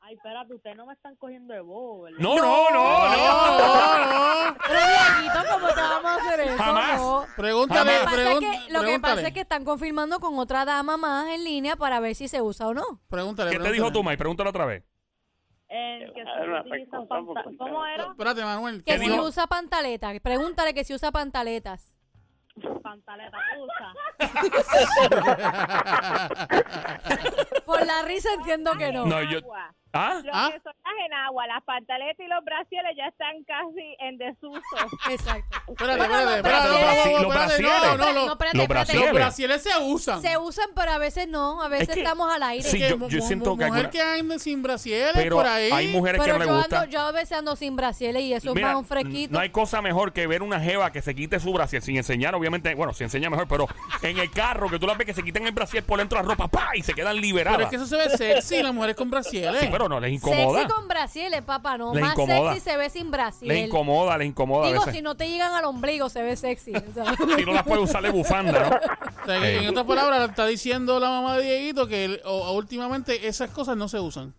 C: Ay, espérate, ustedes no me están cogiendo de bobo, ¿verdad?
A: No, no, no, no.
E: No, no.
B: Pero Dieguito, ¿cómo te vamos a hacer eso?
A: Jamás.
B: No. Lo
E: Pregúntale,
B: que, pasa es
E: pregun-
B: que, lo que pasa
E: pregúntale.
B: es que están confirmando con otra dama más en línea para ver si se usa o no.
E: Pregúntale,
A: ¿Qué te
E: pregúntale.
A: dijo tu mamá? Y Pregúntale otra vez.
C: El que
F: Te van a dar una
C: se utilizan
F: pescosa por
C: panta-
F: contar
C: ¿Cómo era?
E: Espérate, Manuel.
B: Que
E: ¿qué
B: si
E: dijo?
B: usa pantaletas. Pregúntale que si usa pantaletas.
C: Pantaleta usa.
A: ¿Ah?
B: Por la risa entiendo que no.
A: No, yo.
C: Agua.
A: ¿Ah?
C: Los
E: ¿Ah?
C: que son las en agua, las pantaletas y los brasiles ya están casi en desuso.
B: Exacto.
E: Espérate,
B: Bueno,
E: espérate,
B: los
E: espérate. no,
B: brasieres.
E: no, no,
A: Los brasieres.
E: espérate, No,
B: No,
E: no, no.
B: espérate,
A: los
B: espérate.
E: Los
A: brasieres.
E: brasieles se usan.
B: Se usan, pero a veces no. A veces
A: que-
B: estamos al aire.
A: Sí,
E: Que
A: yo-
E: mu-
A: yo
E: mu-
A: siento que
E: mujer
A: alguna-
E: que anda sin brasieres
A: Pero
E: por ahí.
A: hay mujeres
B: pero
A: que no
B: yo,
A: les gusta.
B: ando, yo a veces ando sin brasiles y eso
A: Mira,
B: es más un fresquito.
A: No hay cosa mejor que ver una jeva que se quite su brasier sin enseñar, obviamente, bueno, si enseña mejor, pero en el carro que tú la ves que se quitan el brasier por dentro de la ropa, ¡pa! y se quedan liberadas.
E: Pero es que eso se ve sexy, las mujeres con brasieres.
A: Sí, pero no les incomoda.
B: Sexy con brasiles, papá, no.
A: Les
B: Más
A: incomoda.
B: sexy se ve sin brasiles.
A: Les incomoda, les incomoda
B: Digo,
A: a
B: si
A: veces.
B: no te llegan al ombligo, se ve sexy. o sea.
A: Si no las puede usar de bufanda, ¿no?
E: O sea,
A: eh.
E: que En otras palabras, está diciendo la mamá de Dieguito que el- o- últimamente esas cosas no se usan.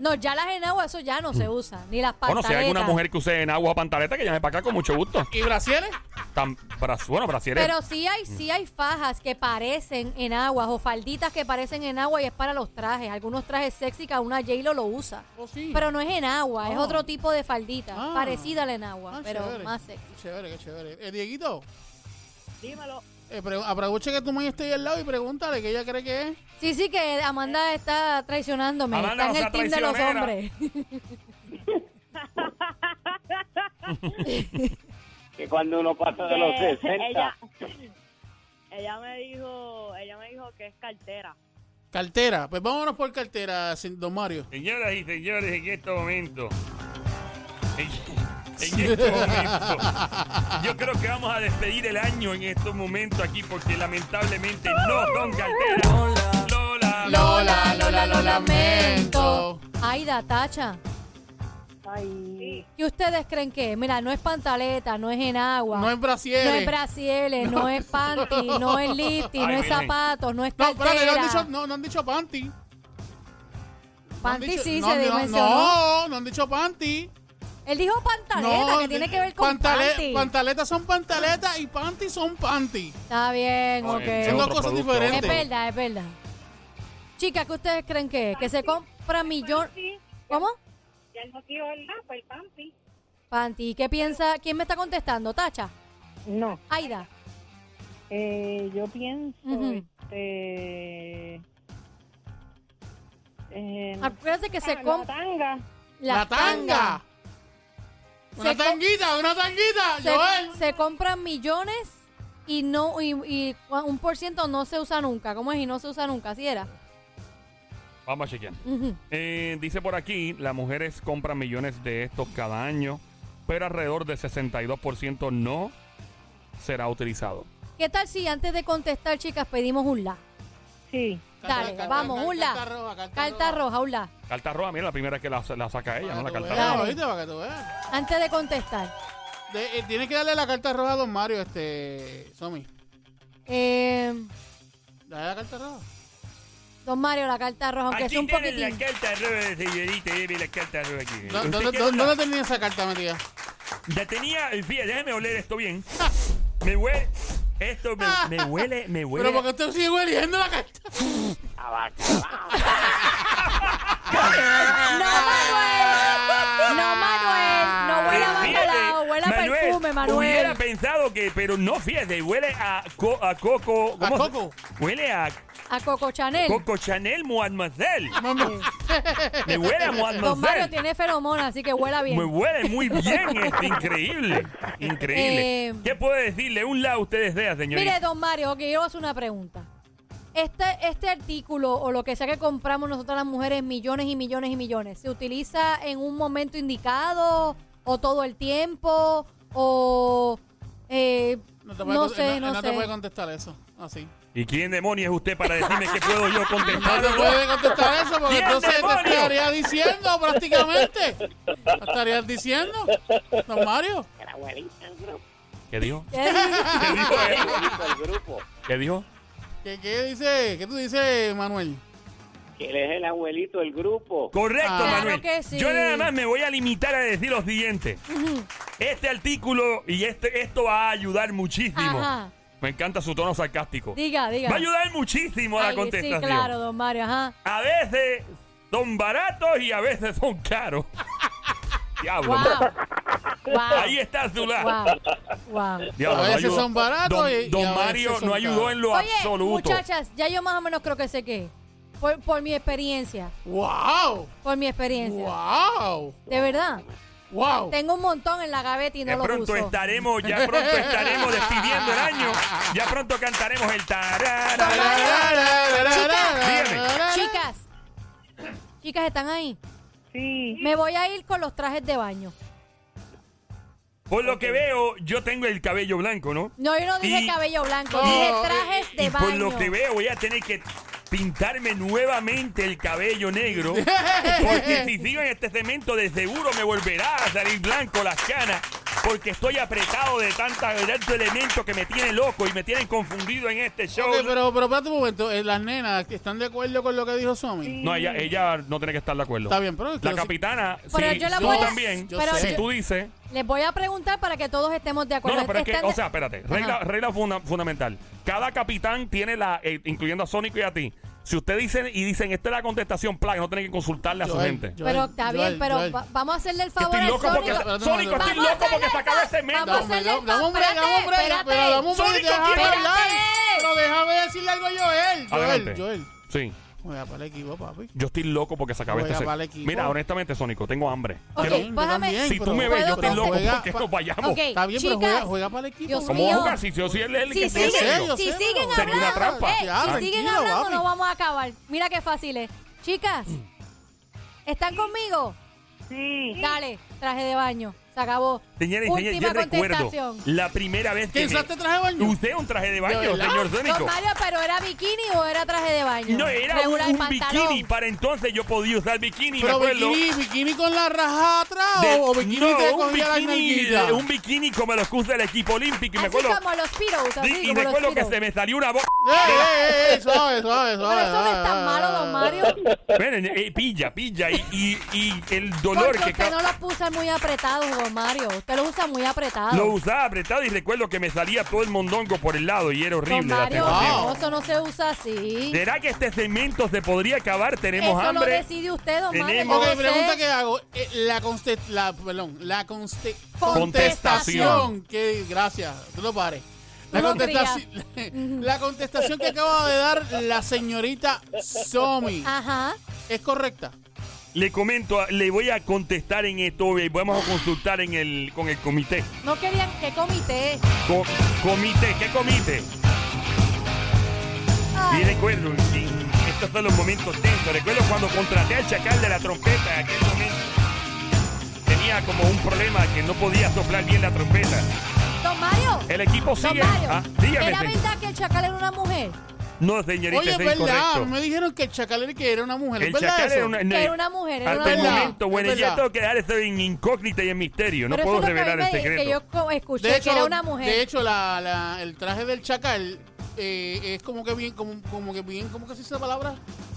B: no, ya las en agua, eso ya no se usa. Ni las
A: Mm. Bueno,
B: pantaletas.
A: si hay alguna mujer que use en agua pantaleta, que llame para acá con mucho gusto.
E: ¿Y brasieres?
A: Tan, bras- bueno, brasieres.
B: Pero sí hay,
A: Mm.
B: sí hay fajas que parecen en aguas o falditas que parecen en agua y es para los trajes. Algunos trajes sexy que a una J-Lo lo usa.
E: Oh,
A: Mm.
E: sí.
B: Pero no es en agua, es
A: Ah.
E: Oh.
B: otro tipo de faldita,
E: Ah.
B: parecida a la en agua,
E: Ah,
B: pero
E: chévere.
B: más sexy.
E: Qué chévere, qué chévere. Eh, Dieguito,
C: Dímelo.
E: eh, pre- aprovecha que tu mamá esté ahí al lado y pregúntale qué ella cree que es.
B: Sí, sí, que Amanda está traicionándome.
A: Amanda,
B: está en
A: no
B: el team
A: sea
B: de los hombres.
A: traicionera.
F: Que cuando uno pasa de los
C: que
F: 60,
C: Eh, Ella, ella me dijo, ella me dijo que es cartera.
E: Cartera. Pues vámonos por cartera, sin- don Mario.
I: Señoras y señores, en este momento. En, en este momento. Yo creo que vamos a despedir el año en estos momentos aquí porque lamentablemente no son carteras. Lola.
E: Lola, Lola, lo lamento.
B: Aida, Tacha.
C: Sí.
B: ¿Y ustedes creen que? Mira, no es pantaleta, no es en agua.
E: No es brasieres.
B: No es brasieles, no es panty, no es lifty,
I: Ay,
B: no es
I: Virgen.
B: zapatos, no es
E: No, espérate, no
B: cartera.
E: han dicho, no, no han dicho panty. No han
B: Panty
E: dicho-
B: sí
E: no,
B: se
E: no,
B: dimensionó.
E: No, no han dicho panty.
B: Él dijo pantaleta,
E: no,
B: que tiene que ver con
E: pantale-
B: panty.
E: Pantaletas son pantaletas y panty son panty.
B: Está bien,
A: Oye, es
E: Son
B: ok.
E: dos
A: otro
E: cosas
A: producto,
B: Eh. Es
E: diferentes.
B: verdad, es verdad. Chicas, ¿qué ustedes creen que es? Que se compra
C: pues
B: millón... ¿Cómo?
H: Ya no quiero nada para el pampi.
B: Panty, ¿qué piensa? ¿Quién me está contestando? ¿Tacha?
H: No,
B: ¿Aida?
H: eh, yo pienso,
B: Ujú.
H: este... eh,
B: Acuérdate que se
H: ah, la
B: compra...
H: tanga.
E: La, tanga.
B: Se
E: Una
B: co-
E: tanguita, una tanguita, Joel.
B: Se, se compran millones y no y, y un por ciento no se usa nunca. ¿Cómo es? Y no se usa nunca, ¿sí era?
A: Vamos a chequear.
B: Ujú.
A: Eh, dice por aquí, las mujeres compran millones de estos cada año, pero alrededor del 62% no será utilizado.
B: ¿Qué tal si antes de contestar, chicas, pedimos un la?
H: Sí,
B: Dale, vamos,
E: carta,
B: hula.
E: Carta roja, carta,
B: Carta roja, un la.
A: Carta roja, mira, la primera que la, la saca ella, ¿no? La
E: Para que tú
A: carta
E: veas,
A: roja.
B: Dale.
E: ¿viste? Para que tú veas.
B: Antes de contestar.
E: De- eh, tienes que darle la carta roja a don Mario, este, Somi.
B: Eh,
E: Dale la carta roja.
B: don Mario, la carta roja, aunque
I: Aquí
B: sea un
I: tienen
B: poquitín.
I: la carta roja, señorita. Lleve la carta roja aquí.
E: ¿Dó-
I: ¿Usted
E: ¿Dónde
I: qué
E: dónde-
I: habla?
E: dónde tenía esa carta metida?
I: Ya tenía, eh, fíjate, déjeme oler esto bien. Me huele, esto me, me huele, me huele.
E: Pero porque usted sigue eligiendo la carta.
F: a bacalao.
B: ¡No, Manuel! ¡No, Manuel! No huele a
I: Fíjate,
B: bacalao, huele a
I: Manuel,
B: perfume,
I: Hubiera
B: Manuel.
I: pensado que, pero no, fíjate, huele a, co- a coco.
E: ¿A
I: ¿cómo se-
E: coco?
I: Huele a
B: A Coco Chanel. Eh,
I: Coco Chanel Mademoiselle.
E: Mamá.
I: Me huele a
B: Don Mario
I: Mademoiselle.
B: tiene feromona, así que huela bien.
I: Me huele muy bien, este, increíble. Increíble.
B: Eh,
I: ¿Qué puede decirle? Un lado ustedes de señorita.
B: Mire, don Mario, que yo le voy a hacer una pregunta. Este, este artículo o lo que sea que compramos nosotras las mujeres, millones y millones y millones, ¿se utiliza en un momento indicado o todo el tiempo o... eh,
E: No, te
B: no,
E: puede con-
B: sé,
E: él
B: no,
E: él no
B: sé.
E: te puede contestar eso. Ah, Así.
I: ¿Y quién demonio es usted para decirme que puedo yo
E: No
A: Ah,
I: contestar?
E: te puede contestar eso porque
I: ¿Quién
E: entonces te
I: demonio?
E: estaría diciendo prácticamente. Te estarías diciendo, don Mario.
F: Que la abuelita del grupo.
A: ¿Qué dijo?
F: Que la abuelita del grupo.
A: ¿Qué dijo?
E: ¿Qué, qué dice? ¿Qué tú dices, Manuel?
F: Que él es el abuelito del grupo.
I: Correcto,
E: Ah.
I: Manuel.
B: Claro que sí.
I: Yo nada más me voy a limitar a decir los siguientes. Este artículo y este, esto va a ayudar muchísimo.
B: Ajá.
A: Me encanta su tono sarcástico.
B: Diga, diga.
I: Va a ayudar muchísimo a la
B: Ay, sí,
I: contestación.
B: claro, don Mario, ajá.
I: A veces
A: son baratos y a veces son caros. Diablo.
B: Wow.
A: Ahí
B: wow.
A: está Zulá.
B: Wow. Wow.
A: Diablo,
E: A
A: no
E: veces
A: ayudó.
E: son baratos
A: Don,
E: y- y
A: don
E: a veces
A: Mario
E: son
A: no ayudó
E: caros.
A: en lo
B: Oye,
A: absoluto.
B: muchachas, ya yo más o menos creo que sé qué. Por, por mi experiencia.
E: ¡Wow!
B: Por mi experiencia.
E: ¡Wow!
B: De verdad.
E: ¡Wow!
B: Tengo un montón en la gaveta y no
A: Ya
B: los
A: pronto
B: uso.
A: estaremos, ya pronto estaremos despidiendo el año. Ya pronto cantaremos el tarara.
B: Chicas. Chicas, ¿están ahí?
C: Sí.
B: Me voy a ir con los trajes de baño.
A: Por lo que veo, yo tengo el cabello blanco, ¿no?
B: No, yo no dije
A: Y-
B: cabello blanco,
E: No,
B: dije
E: y-
B: trajes de
A: eh, Y
B: baño.
A: por lo que veo, voy a tener que pintarme nuevamente el cabello negro. Porque si sigo en este cemento, de seguro me volverá a salir blanco las canas. Porque estoy apretado de tanta, de tanto elemento que me tiene loco y me tienen confundido en este show.
E: Ok, pero, pero espérate un momento. eh, Las nenas están de acuerdo con lo que dijo Somi.
C: Sí.
A: No, ella, ella no tiene que estar de acuerdo.
E: Está bien, pero...
A: La
E: pero si-
A: capitana,
B: Pero
A: sí,
B: yo la
A: tú
B: voy a-
A: también.
E: yo
B: pero
E: sé.
A: Si tú dices.
B: Les voy a preguntar para que todos estemos de
A: No,
B: acuerdo.
A: no, pero es que,
B: Están
A: o
B: de-
A: sea, espérate,
B: Ajá.
A: regla, regla funda- fundamental. Cada capitán tiene la, eh, incluyendo a Sónico y a ti. Si usted dicen y dicen, esta es la contestación, plaga, no tienen que consultarle a su
E: Joel,
A: gente.
E: Joel,
B: pero está
E: Joel,
B: bien, pero
E: Joel.
B: va- vamos a hacerle el
A: Que
B: favor
A: estoy
B: al
A: loco porque
B: Sónico.
E: Espérate,
A: Sónico, estoy
B: Vamos a
A: loco porque se
B: hacerle
A: acaba
B: el
A: ese cemento.
B: Vamos a
E: Dame,
B: hacerle
E: dame,
B: el
E: dame un break,
B: espérate,
E: dame un break,
B: espérate.
E: pero dame un break,
A: Sónico,
E: déjame
A: quiero
E: hablar.
B: hablar.
E: Pero déjame decirle algo a Joel. Joel,
A: Adelante.
E: Joel.
A: Sí,
E: Juega para el equipo, papi.
A: yo estoy loco porque se acaba
E: Juega
A: este
E: pa'l
A: cemento.
E: equipo.
A: Mira, honestamente, Sónico, tengo hambre.
B: Ok,
A: Quiero-
E: Yo
B: bájame.
E: también,
A: si tú
E: pero-
A: me ves, yo estoy
E: pero
B: ¿puedo
A: loco
E: juega
A: porque
E: pa-
A: nos vayamos.
B: Ok,
E: Está bien,
B: chicas,
E: pero juega, juega para el equipo.
B: Dios
A: ¿Cómo
B: mío.
A: juega? Si, si, si él es el que
B: si
A: está en
E: sigue-
B: siguen,
A: serio.
E: serio,
B: si
E: serio.
B: siguen
A: Sería una
B: hablando,
A: trampa.
B: eh,
E: Ya,
B: si siguen
E: tranquilo,
B: hablando
E: papi.
B: no vamos a acabar. Mira qué fácil es. Chicas, ¿están conmigo?
C: Sí.
B: Dale, traje de baño. Se acabó.
A: Señores y señores, yo
B: Última
A: recuerdo
B: contestación.
A: la primera vez
E: ¿Qué
A: que
E: usaste
A: me-
E: traje de baño?
A: usé un traje de baño,
E: ¿De verdad?
A: señor
B: Don
A: Sónico.
B: Ah, Mario, pero era bikini o era traje de baño?
A: No, era un,
B: Regular,
A: un
B: pantalón.
A: bikini. Para entonces yo podía usar bikini,
E: Pero
A: me acuerdo.
E: bikini, bikini con la raja atrás
A: de-
E: o, o bikini
A: no,
E: te
A: un
E: cogía la
A: bikini,
E: narguilla.
A: de- un bikini como los que usa el equipo olímpico. Y me
B: Así
A: acuerdo,
B: como los piros, así
A: y- y
B: como
A: me
B: los
A: acuerdo que
B: piros.
A: se me salió una boca.
E: ¡Ey, ey, ey! Suave, suave, suave.
B: Pero eso no es tan malo,
A: Ah,
B: don Mario.
A: Miren, eh, pilla, pilla. Y, y- y el dolor
B: Porque
A: que ca-
B: usted no los puso muy apretados, don Mario. Usted los usa muy apretados.
A: lo usaba apretado. Y recuerdo que me salía todo el mondongo por el lado y era
B: Don
A: horrible. la
B: Mario,
A: sensación.
B: no, eso no se usa así.
A: ¿Será que este cemento se podría acabar? Tenemos
B: Eso lo
A: hambre.
B: decide usted, don Mario.
A: Tenemos-
E: Ok,
B: yo no sé.
E: pregunta que hago. Eh, la, conste- la, perdón, la conste-
B: Contestación.
E: contestación. Que, gracias, tú lo pares. La,
B: Tú lo
E: contestación, la contestación que acaba de dar la señorita Somi
B: Ajá.
E: es correcta.
A: Le comento, le voy a contestar en esto. eh, Vamos a consultar en el, con el comité.
B: No querían que comité.
A: Co- comité, ¿qué comité? Y
B: Ay,
A: recuerdo, y estos son los momentos tensos. Recuerdo cuando contraté al chacal de la trompeta en aquel momento. Tenía como un problema que no podía soplar bien la trompeta.
B: don Mario.
A: El equipo
B: Don
A: Eh, sigue.
B: Mario.
A: Ah, dígame.
B: ¿Era
A: señ-
B: verdad pues, que el chacal era una mujer?
A: No, señorita,
E: Oye, es
A: es
E: verdad,
A: incorrecto.
E: me dijeron que el chacal que era una mujer.
A: El
E: ¿Es verdad
A: chacal
E: eso?
A: era una.
B: pues, Que era una mujer. Era una
A: Hasta el
E: verdad,
B: mujer.
A: momento,
E: es
A: bueno, ya
E: verdad.
A: tengo que dar esto en incógnita y en misterio. No
B: Pero
A: puedo
B: eso es lo que a
A: revelar
B: mí
A: el
B: me-
A: secreto.
B: Que yo co- escuché
E: De
B: que era
E: hecho,
B: una mujer.
E: de hecho la, la- el traje del chacal eh, es como que bien, como, como que bien, ¿cómo que se dice la palabra?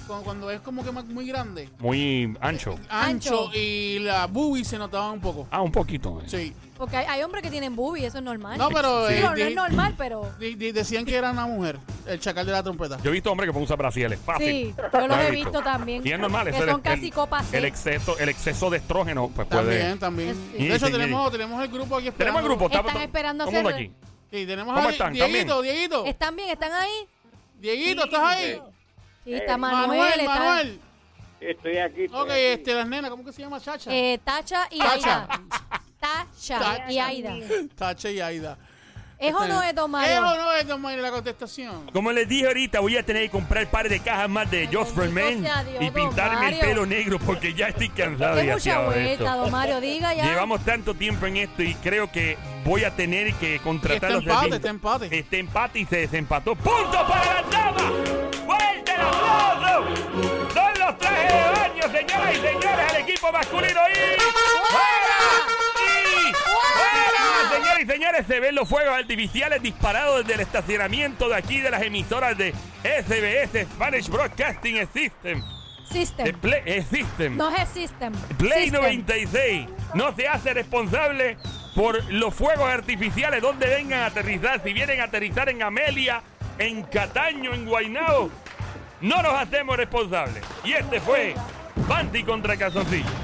E: Como Cuando es como que más- muy grande.
A: Muy ancho.
E: Ancho,
B: Ancho.
E: y la boobies se notaban un poco.
A: Ah, un poquito. eh.
E: Sí.
B: Porque hay, hay hombres que tienen boobie, eso es normal.
E: No, pero
A: Sí.
E: eh,
B: Digo, no
E: di-
B: es normal, pero.
E: di- di- decían que era una mujer, el chacal de la trompeta.
A: Yo he visto hombres que pueden usar brasiles. Fácil.
B: Sí, yo los
A: Lo
B: he visto también.
A: Ah, Y es normal.
B: Que
A: eso es
B: son
A: el-
B: casi copas C.
A: el exceso, el exceso de estrógeno, pues puede.
E: También, también.
B: Sí.
E: De hecho,
A: Sí, sí,
E: tenemos, tenemos el grupo aquí esperando.
A: Tenemos el grupo.
B: Están
A: todo-
B: esperando
A: todo el mundo
B: hacer-
A: aquí.
E: Sí, tenemos
A: ¿Cómo
E: a
A: están?
E: Dieguito,
A: ¿También?
E: Dieguito.
B: ¿Están bien? ¿Están ahí?
E: Dieguito, ¿estás ahí?
B: Sí, está Manuel,
E: Eh, Manuel,
B: está
E: Manuel.
F: Estoy aquí. estoy
E: Ok,
F: aquí.
E: este, las nenas, ¿cómo que se llama Chacha?
B: eh, Tacha y
E: Tacha.
B: Aida. Tacha, y Aida.
E: Tacha y Aida.
B: ¿Es o no es, don Mario?
E: Este, ¿Es o no es, don Mario, la contestación?
A: Como les dije ahorita, voy a tener que comprar un par de cajas más de
B: Ay,
A: Just for
B: bendito
A: Men
B: sea Dios,
A: y
B: don
A: pintarme el
B: Mario.
A: pelo negro porque ya estoy cansado
B: Es
A: y
B: mucha
A: hastiado de
B: vuelta,
A: esto.
B: don Mario. Diga ya.
A: Llevamos tanto tiempo en esto y creo que voy a tener que
E: Está
A: contratar a los
E: empate,
A: servicios.
E: está empate.
A: Este empate y se desempató. ¡Punto para la dama! ¡Fuerte el aplauso! Son los trajes de baño, señoras y señores, al equipo masculino. ¡Y fuera! ¡Y fuera! Señoras y señores, se ven los fuegos artificiales disparados desde el estacionamiento de aquí de las emisoras de SBS, Spanish Broadcasting System.
B: System.
A: De Play, eh, System.
B: No es System.
A: Play
B: System.
A: 96 no se hace responsable por los fuegos artificiales donde vengan a aterrizar. Si vienen a aterrizar en Amelia, en Cataño, en Guaynabo, no nos hacemos responsables. Y este fue Panty contra calzoncillo.